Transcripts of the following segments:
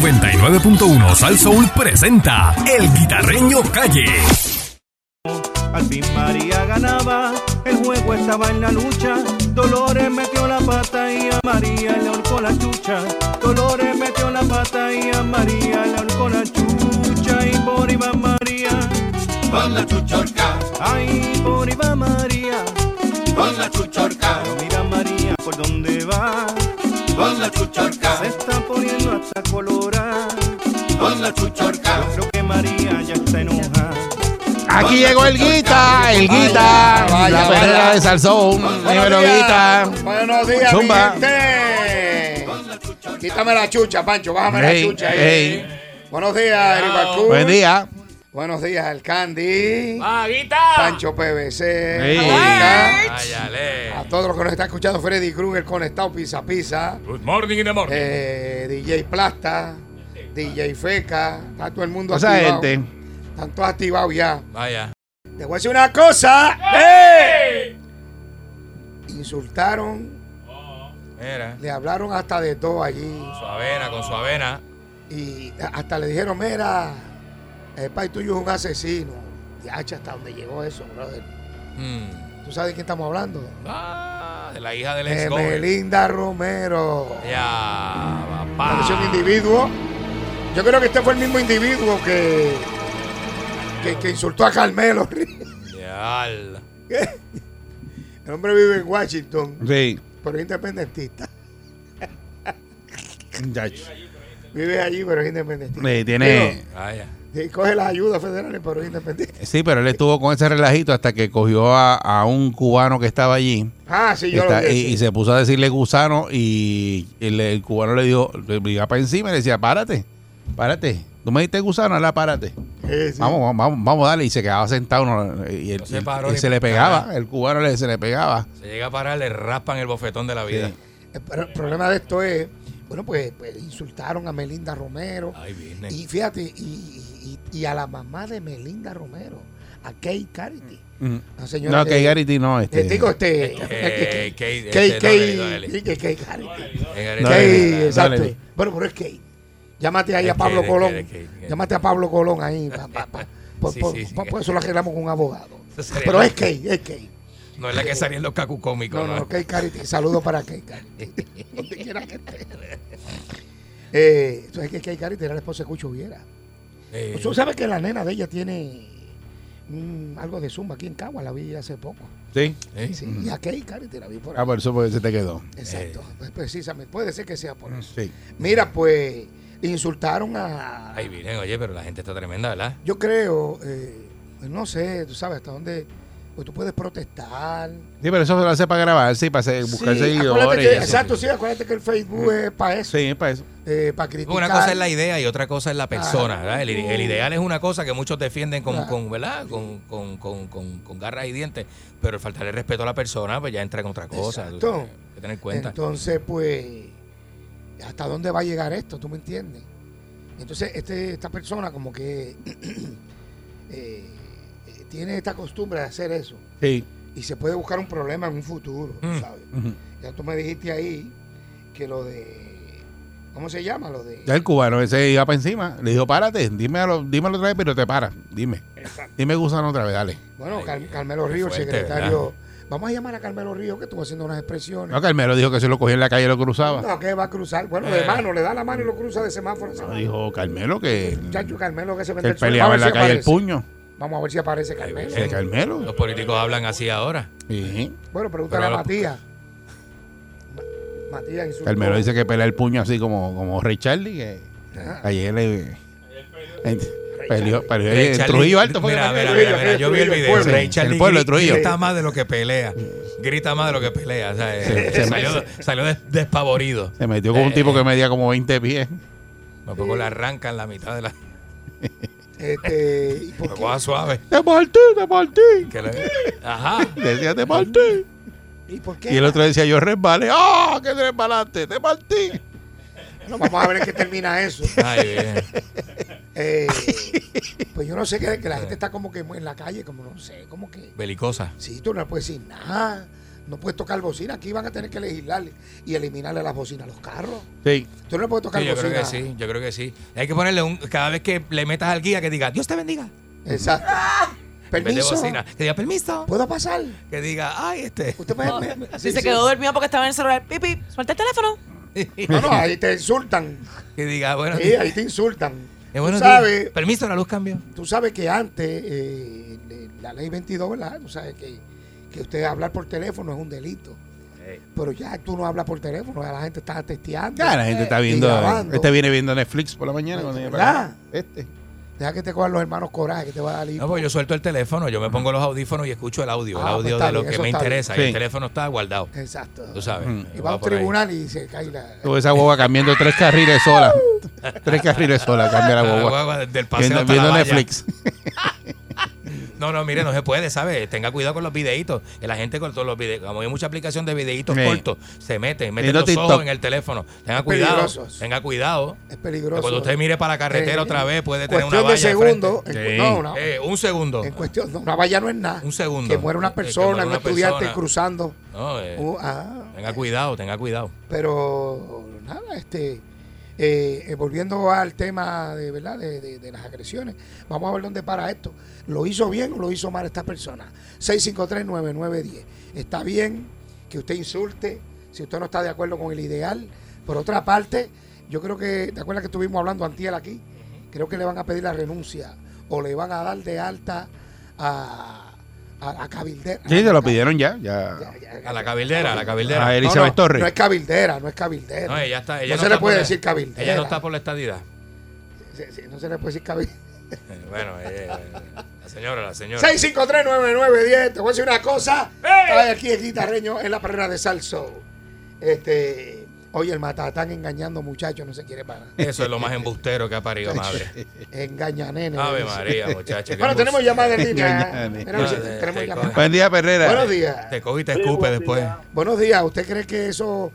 99.1 Sal Soul presenta El Guitarreño Calle. Al fin María ganaba, el juego estaba en la lucha. Dolores metió la pata y a María le ahorcó la chucha. Dolores metió la pata y a María le ahorcó la chucha. Y por iba María, Con la chuchorca, ay, por iba María. con la chuchorca, Pero mira María, por dónde va, con la chuchorca, se está poniendo hasta colorada. con la chuchorca, Creo que María ya está enojada. Aquí llegó el Guita, el Guita, Vaya, la vaya. perra de Salsón, número Guita. Buenos días, mi Zumba. gente. Quítame la chucha, Pancho. Bájame Ey, la chucha ahí. ey. Buenos días, Eric Balcour. Buen día. Buenos días, Alcandi. ¡Maguita! Pancho PBC. Ey. Mónica, ¡Váyale! A todos los que nos están escuchando, Freddy Krueger conectado, pizza pizza. Good morning in the morning. Eh, DJ Plasta. DJ Feca. Está todo el mundo O sea, activado. gente. Están todos activados ya. Vaya. Te voy a decir una cosa. eh. Insultaron, Mira, le hablaron hasta de todo allí. su avena, con su avena. Y hasta le dijeron, mira, el país tuyo es un asesino. Y hacha, hasta donde llegó eso, brother. Mm. ¿Tú sabes de quién estamos hablando? Ah, de la hija del De ex gober. Melinda Romero. Ya, Ah. Es un papá. individuo. Yo creo que este fue el mismo individuo que, que, que insultó a Carmelo. Ya. El hombre vive en Washington, Sí. pero es independentista. muchacho. Vive allí, pero es independentista. Eh, tiene, Vaya. Digo, sí, coge las ayudas federales, pero es independentista. sí, pero él estuvo con ese relajito hasta que cogió a, a un cubano que estaba allí Ah, sí, yo Está- lo vi. y, y se puso a decirle gusano y el, el cubano le dijo, le iba para encima y le decía, párate, párate. Tú me diste gusano, ahora párate. Sí, sí. Vamos, vamos, vamos a darle. Y se quedaba sentado no, y, el- No se paró y ni se le para pegaba, nada. el cubano le, se le pegaba. Se llega a parar, le raspan el bofetón de la vida. El pro- Eh, el problema de esto es, bueno, pues, pues, insultaron a Melinda Romero. Ay, business. Y fíjate, y, y- y a la mamá de Melinda Romero, a Kay Carity. Mm. La No, señora que Garity no, este. eh, digo, este. Eh, Kay- Kay, este, Kay, Donnelly, Donnelly. sí, que Kay Carity. Venga, No, Kay, Donnelly, exacto. Donnelly. Bueno, pero es Kay. Llámate ahí Es a Pablo Kay, es Colón. Kay, es Kay, es Llámate a Pablo Colón ahí. pa- pa- pa- por, Sí, por- sí, sí. por- por eso lo arreglamos con un abogado. Eso sería- Pero es Kay, es Kay. No es la que salían los cacucómicos, No, no, ¿no? Kay Carity. Saludos para Kay Carity. Donde quiera que esté. Eh, entonces, que Kay Carity era la esposa de Cucho Viera. Eh, Tú sabes que la nena de ella tiene mm, algo de zumba aquí en Cagua, la vi hace poco. Sí. eh, Sí, y a Kay Carity la vi por Ah, ahí. por eso porque se te quedó. Exacto, Eh. pues, precisamente. Puede ser que sea Mm. por eso. Sí. Mira, pues insultaron a. Ay, virgen, oye, pero la gente está tremenda, ¿verdad? Yo creo, eh, no sé, tú sabes hasta dónde. Pues tú puedes protestar. Sí, pero eso se lo hace para grabar, sí, para hacer- buscar Sí, acuérdate seguidores. que- y eso. Mm. exacto, sí, acuérdate que el Facebook es para eso, Sí, es para eso. eh, para criticar. Una cosa es la idea y otra cosa es la persona, Ah. ¿verdad? El, el ideal es una cosa que muchos defienden con, Claro. con, ¿verdad? Con, con, con, con, con garras y dientes, pero el faltarle respeto a la persona, pues ya entra en otra cosa. tú Exacto. sabes, Hay que tener en cuenta. Entonces, pues, ¿hasta dónde va a llegar esto? ¿Tú me entiendes? Entonces, este, esta persona como que eh, eh, tiene esta costumbre de hacer eso Sí. y se puede buscar un problema en un futuro, Mm. ¿sabes? Ujú. Ya tú me dijiste ahí que lo de, ¿cómo se llama? Lo de... Ya el cubano ese iba para encima. Le dijo, párate, dime a lo- dímelo otra vez, pero te para. Dime. Dime gusano otra vez, dale. Bueno, Ay, Car- qué Carmelo Río, el fuerte, secretario... Vamos a llamar a Carmelo Río que estuvo haciendo unas expresiones. No, Carmelo dijo que si lo cogía en la calle lo cruzaba. No, que va a cruzar. Bueno, de Eh. mano, le da la mano y lo cruza de semáforo. a No, semáforo. dijo Carmelo que, Muchacho Carmelo que se que vende él el sol. peleaba en Vamos a la ver si calle el aparece. puño. Vamos a ver si aparece Carmelo. ¿De Los Carmelo? políticos hablan así ahora. Sí. Bueno, pregúntale a Pero- Matías. Ma- Matías insultó. Carmelo dice que pelea el puño así como, como Ray Charlie, que ayer le... Peleó, peleó Ray en Charlie- Trujillo Alto. fue que Mira, peleó. mira, Trujillo, mira, mira, yo vi el Trujillo, video. pueblo. Ray Sí, Charlie el pueblo de Trujillo. grita más de lo que pelea. Grita más de lo que pelea. o sea, eh, se- salió salió des- despavorido. Se metió Eh, con un tipo que medía como 20 pies. Tampoco le arrancan la mitad de la. Este, ¿y por Una qué? cosa suave. ¡Te partí, te partí! que le- Ajá. Decía, te partí. ¿Y por qué? Y el otro decía, yo resbalé. ¡Ah, que resbalaste! ¡Te partí! Bueno, vamos a ver en qué termina eso. Ay, bien. Eh, pues yo no sé, Eh. que, que la gente está como que en la calle, como no sé, como que... Belicosa. Sí, tú no le puedes decir nada. No puedes tocar bocina. Aquí van a tener que legislarle y eliminarle las bocinas a los carros. Sí. Tú no le puedes tocar Sí, yo creo bocina. que sí, yo creo que sí. Hay que ponerle un. Cada vez que le metas al guía que diga, Dios te bendiga. Exacto. En vez de Permiso. bocina. Que diga, permiso. ¿Puedo pasar? Que diga, ay, este. Usted puede. me- me- Si sí, se sí. quedó dormido porque estaba en el celular, pipi, suelta el teléfono. No, no, ahí te insultan. Que diga, bueno. Sí, ahí te insultan. Es bueno, tú, sabes, Permiso, la luz cambió. tú sabes que antes, eh, le- la ley 22, ¿verdad? Tú sabes que, que usted hablar por teléfono es un delito. Pero ya tú no hablas por teléfono, ya la gente está testeando. Ya, la gente está viendo. Y grabando. Este viene viendo Netflix por la mañana. Cuando viene para acá. Este. Deja que te cojan los hermanos coraje que te va a dar No, pues yo suelto el teléfono, yo me pongo los audífonos y escucho el audio, el Ah, pues audio está de lo bien, que eso me está bien. Eh, interesa. Y Sí. el teléfono está guardado, Exacto. pues, tú sabes. Mm. Y va va a un por ahí. tribunal y se cae la. Tuve esa guagua cambiando tres carriles sola. tres carriles sola, cambia la Ah, la guagua. guagua del paseo Viendo, hasta la viendo valla. Netflix. No, no, mire, no se puede, ¿sabes? Tenga cuidado con los videitos. Que la gente con todos los videitos, como hay mucha aplicación de videitos Sí. cortos, se mete, mete Viendo los ojos TikTok. en el teléfono. Tenga Es cuidado, peligroso eso. tenga cuidado. Es que peligroso. cuando usted mire para la carretera Eh, otra vez puede tener una cuestión valla. de de segundo, frente. en cu- no, una- Eh, un segundo. En cuestión, no, una valla no es nada. Un segundo. Que muera Eh, una que persona, muera un una estudiante persona. cruzando. No, eh, Uh, ah, tenga cuidado, tenga cuidado. Pero nada, este eh, eh, volviendo al tema de verdad de, de- de las agresiones, vamos a ver dónde para esto. ¿Lo hizo bien o lo hizo mal esta persona? 6539910. Está bien que usted insulte si usted no está de acuerdo con el ideal. Por otra parte, yo creo que, ¿te acuerdas que estuvimos hablando antiel aquí? Creo que le van a pedir la renuncia o le van a dar de alta a, a la cabildera. Sí, se lo pidieron ya. ya. Ya, ya, ya. A la cabildera, a la cabildera. A No, Elizabeth no, Torres. No es cabildera, no es cabildera. No, ella está, ella no, se le está por puede la- decir cabildera. Ella no está por la estadidad. Sí, sí, no se le puede decir cabildera. Eh, Bueno, eh, eh, la señora, la señora. 6539910. Te voy a decir una cosa. Trae aquí el guitarreño en la perrera de Salso. Este, oye, el matatán engañando muchachos no se quiere parar. Eso es lo más embustero que ha parido, madre. Engaña nene. Ave dice. María, muchacho. qué Bueno, tenemos embustero. llamada en línea. Engaña nene. Tenemos- No, te- tenemos te llamada. coge. Buen día, Perrera. Buenos días. Te coge y te escupe después. Buenos días. ¿Usted cree que eso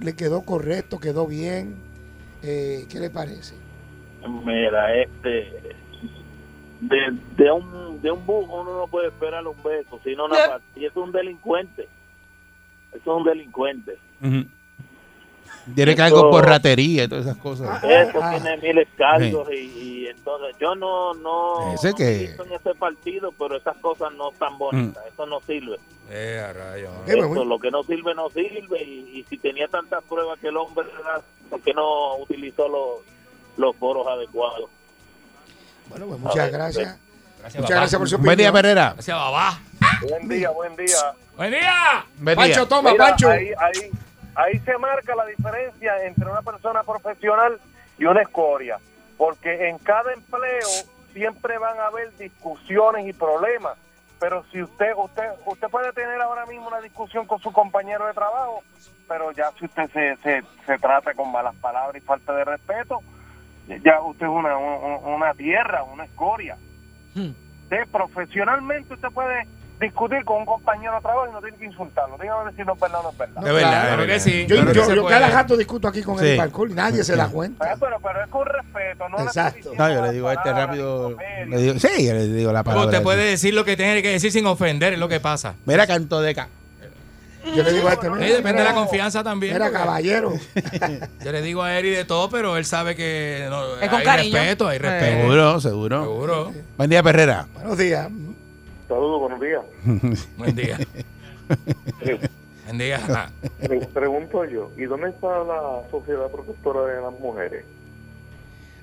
le quedó correcto, quedó bien? Eh, ¿Qué le parece? Mira, este. De, de un de un bujo uno no puede esperar un beso, sino una Ya. parte. Y es un delincuente. Es un delincuente. Ujú. Tiene cargo por ratería y todas esas cosas. Eso ah. tiene miles cargos y, y entonces yo no no, Ese no que- milito en ese partido, pero esas cosas no están bonitas. Eso no sirve. Eh, a rayo. Eh, pues, Eso, lo que no sirve no sirve. Y, y si tenía tantas pruebas que el hombre era, ¿por qué no utilizó los los foros adecuados? Bueno, pues muchas ver, gracias. Gracias, Muchas papá. gracias por su Buen día, opinión. Perrera. Gracias, babá. Buen día, buen día. Buen día. Buen Pancho, día. toma, Mira, Pancho. Ahí, ahí, ahí se marca la diferencia entre una persona profesional y una escoria, porque en cada empleo siempre van a haber discusiones y problemas, pero si usted, usted, usted puede tener ahora mismo una discusión con su compañero de trabajo, pero ya si usted se, se, se trata con malas palabras y falta de respeto, ya usted es una, un- una tierra, una escoria. Usted profesionalmente usted puede discutir con un compañero de trabajo y no tiene que insultarlo. Dígame si no es verdad o no es verdad. De verdad, Claro de que verdad. sí. Yo, claro que yo, se yo puede. cada rato discuto aquí con Sí. el balcón y nadie se da cuenta. Eh, Pero, pero es con respeto, ¿no? le estoy Exacto. diciendo No, yo le digo a las este palabras, rápido. los medios. le digo- sí, yo le digo la palabra. Usted puede decir lo que tiene que decir sin ofender, es lo que pasa. Mira, canto de acá. Yo le digo a este, Eh, mira, depende de la mira, confianza también. mira, porque caballero, Yo le digo a Eri de todo, pero él sabe que no, Es con hay cariño. respeto, hay Eh. respeto. Seguro, seguro. Seguro. Buen día, Perrera. buenos días. Saludos, buenos días. Eh, Buen día. Buen día. Ajá. Pre- pregunto yo, ¿y dónde está la sociedad protectora de las mujeres?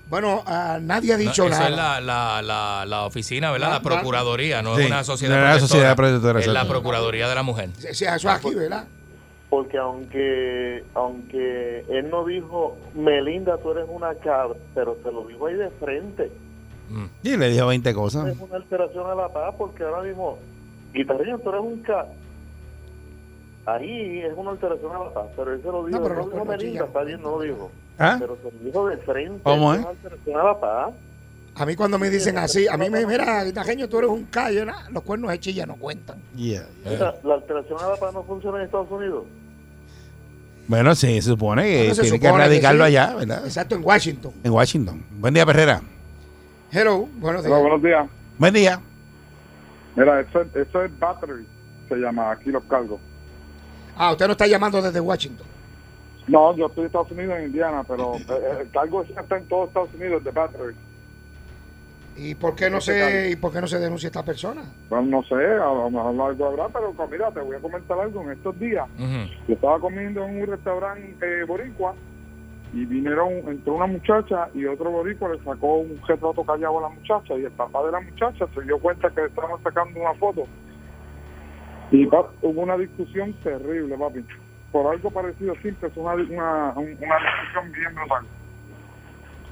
Bueno, ah, nadie ha No, dicho Eso nada. es la, la, la, la oficina, ¿verdad? La- La Procuraduría, no Sí, es una no sociedad es protectora. una sociedad protectora, Es la exacto. Procuraduría de la Mujer. Sí, sí, Eso es aquí, ¿verdad? Porque aunque aunque él no dijo, Melinda, tú eres una cabra, pero se lo dijo ahí de frente. Mm. Y le dijo 20 cosas. Es una alteración a la paz porque ahora mismo, guitarrillo, tú eres un ca... Ahí es una alteración a la paz, pero él se lo dijo. pero no los dijo cuernos Melinda, chillan. está bien, no lo dijo. ¿Ah? Pero se lo dijo de frente. ¿Cómo es? una alteración a la paz. A mí cuando me dicen así, a mí me mira, guitarreño, tú eres un callo, ¿verdad? los cuernos de chilla no cuentan. Yeah. Mira, La alteración a la paz no funciona en Estados Unidos. Bueno, sí, se supone que Bueno, se Eh, tiene que supone que radicarlo sí. allá, ¿verdad? Exacto, en Washington. En Washington. Buen día, Perrera. Hello, buenos días. buenos días. Buen día. Mira, eso, es- eso es battery, se llama aquí los cargos. Ah, usted no está llamando desde Washington. No, yo estoy en Estados Unidos, en Indiana, pero eh, el cargo ese está en todos Estados Unidos, el de Patrick. ¿Y por qué no se, y por qué no se denuncia esta persona? Bueno, no sé, a lo mejor algo habrá, pero co- mira, te voy a comentar algo. En estos días, Ujú. yo estaba comiendo en un restaurante eh, boricua y vinieron, entró una muchacha y otro boricua le sacó un retrato callado a la muchacha y el papá de la muchacha se dio cuenta que le estaban sacando una foto. Y pa- hubo una discusión terrible, papi. Por algo parecido siempre es una, una, un- una discusión bien brutal.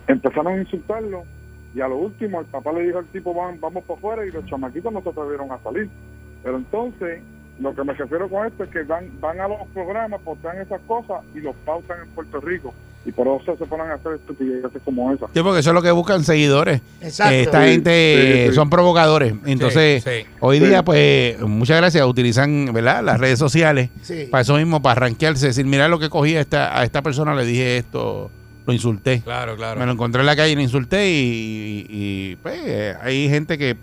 Empezaron a insultarlo y a lo último el papá le dijo al tipo, "Van- vamos para afuera y los chamaquitos no se atrevieron a salir. Pero entonces, lo que me refiero con esto es que van, van a los programas, portan esas cosas y los pautan en Puerto Rico. Y por eso se ponen a hacer estupideces como esa. Sí, porque eso es lo que buscan seguidores. Exacto. Eh, Esta Sí, gente sí, sí. son provocadores. Entonces, sí. hoy Sí. día, pues, muchas gracias. Utilizan, ¿verdad? Las redes sociales Sí. para eso mismo, para ranquearse. Decir, mira lo que cogí a esta, a esta persona, le dije esto, lo insulté. Claro, claro. Me lo encontré en la calle y lo insulté. Y, y- y, pues, eh, hay gente que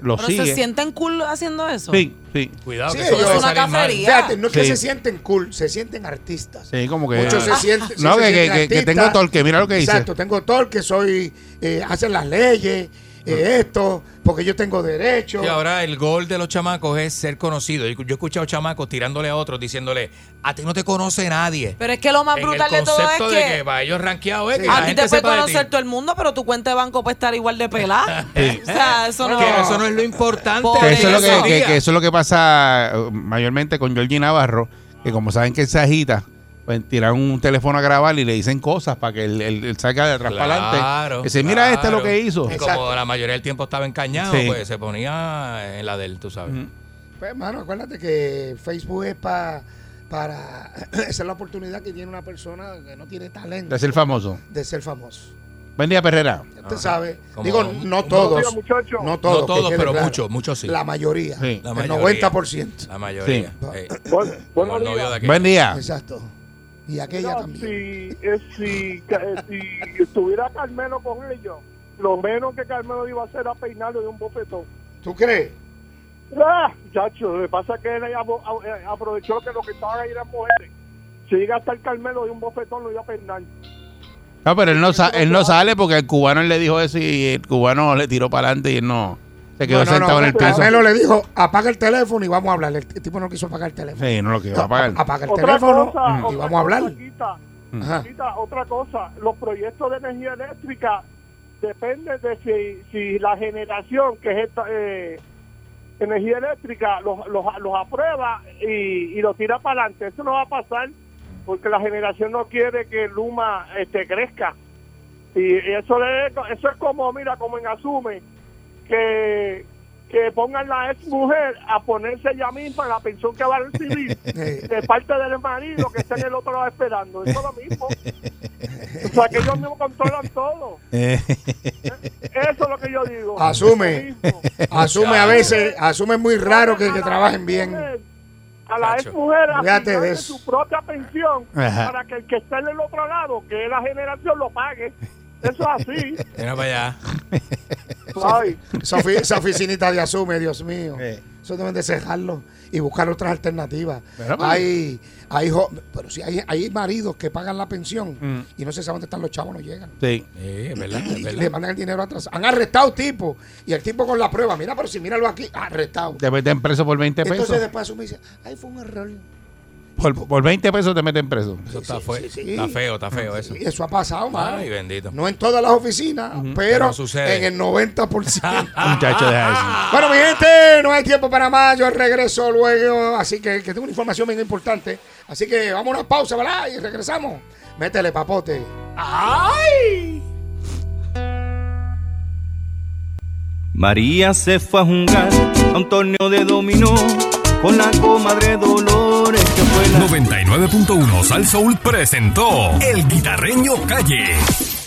lo Pero sigue. se sienten cool haciendo eso. Sí, sí. Cuidado, Sí, que eso ellos- puede Es una salir mal. cafrería. Fíjate, no es que Sí. se sienten cool, se sienten artistas. Sí, como que. Muchos se sienten. sí no, se que, que- sienten que- que artistas. tengo torque, mira lo que dice. Exacto, tengo torque, soy. eh, hacen las leyes, Ah. eh, esto, porque yo tengo derecho. Y ahora el gol de los chamacos es ser conocido. Yo yo he escuchado chamacos tirándole a otros diciéndole, a ti no te conoce nadie. Pero es que lo más En brutal el de todo es concepto que, de que para ellos rankeado es que la a ti gente te puede sepa de ti. conocer todo el mundo, pero tu cuenta de banco puede estar igual de pelada. O sea, eso no. Que eso no es lo importante. Por Que de eso, es lo ese que, que- día. que eso es lo que pasa eh, mayormente con Georgie Navarro, que como saben que él se agita, pues tiran un teléfono a grabar y le dicen cosas para que él, él- él salga de atrás para adelante. Claro, Dice, mira este claro. lo que hizo. Y Exacto. como la mayoría del tiempo estaba encañado, Sí. pues se ponía en la del, tú sabes. Ujú. Pues, mano, acuérdate que Facebook es pa- para. Esa es la oportunidad que tiene una persona que no tiene talento De ser famoso. Ah, de ser famoso. Buen día, Perrera. Ya Usted sabe. Como Digo, un- no un- todos. muchacho. No todos, No que todos, quede pero muchos, muchos sí. La mayoría. Sí. La el mayoría. 90%. La mayoría. Sí. Ey. Bueno, Como buenos el novio días. de aquel. Buen día. Exacto. Y aquella Mira, también. si, eh, si, ca- eh, si estuviera Carmelo con ellos, lo menos que Carmelo iba a hacer era peinarlo de un bofetón. ¿Tú crees? ¡Ah! Chacho, lo que pasa es que él abo- a- eh, aprovechó que lo que estaban ahí eran mujeres. Si llega hasta el Carmelo de un bofetón, lo iba a peinar. No, pero él no, sa- él no sale porque el cubano él le dijo eso y el cubano le tiró para adelante y él no. Se quedó No, no, sentado no, en el piso. Carmelo le dijo, apaga el teléfono y vamos a hablar. El t- tipo no quiso apagar el teléfono. Sí, no lo quiero apagar. Apaga el Otra teléfono mm, cosa, y otra vamos a hablar. cosa, Quita, Ajá. quita, otra cosa, los proyectos de energía eléctrica dependen de si, si la generación, que es esta, eh, energía eléctrica, los, los, los aprueba y, y los tira para adelante. Eso no va a pasar porque la generación no quiere que Luma este, crezca. Y eso, le- eso es como, mira, como en Asume, que, que pongan la ex mujer a ponerse ella misma la pensión que va a recibir Eh, de parte del marido que está en el otro lado esperando. Eso es lo mismo. O sea, que ellos mismos controlan todo. Eso es lo que yo digo. Asume. Lo mismo. asume a veces, asume muy raro que, que trabajen bien. A la Chacho. ex mujer a Fíjate de de eso. su propia pensión Ajá. para que el que está en el otro lado, que es la generación, lo pague. Eso es así. Mira para allá. Ay, Esa, ofi- esa oficinita de asume, Dios mío. Eh. Eso deben de cerrarlo y buscar otras alternativas. Pero, pero- hay, hay jo- pero sí, hay, hay maridos que pagan la pensión Mm. y no se sabe dónde están los chavos, no llegan. Sí. Sí, es verdad, Y es le verdad. mandan el dinero atrás. Han arrestado tipo y el tipo con la prueba, mira, pero si míralo aquí, arrestado. Te meten preso por 20 pesos. Entonces después asume y dice, ay, fue un error. por, por 20 pesos te meten preso. Eso está, sí, fue- sí, sí. está feo, está feo eso. Y eso ha pasado, mano. Ay, bendito. No en todas las oficinas, pero, Pero sucede. en el 90%. Muchacho, ah, deja eso. Bueno, mi gente, no hay tiempo para más. Yo regreso luego. Así que, que tengo una información bien importante. Así que vamos a una pausa, ¿verdad? Y regresamos. Métele, papote. María se fue a jugar a un torneo de dominó con la comadre Dolores que fue la... 99.1 Sal Soul presentó El Guitarreño Calle.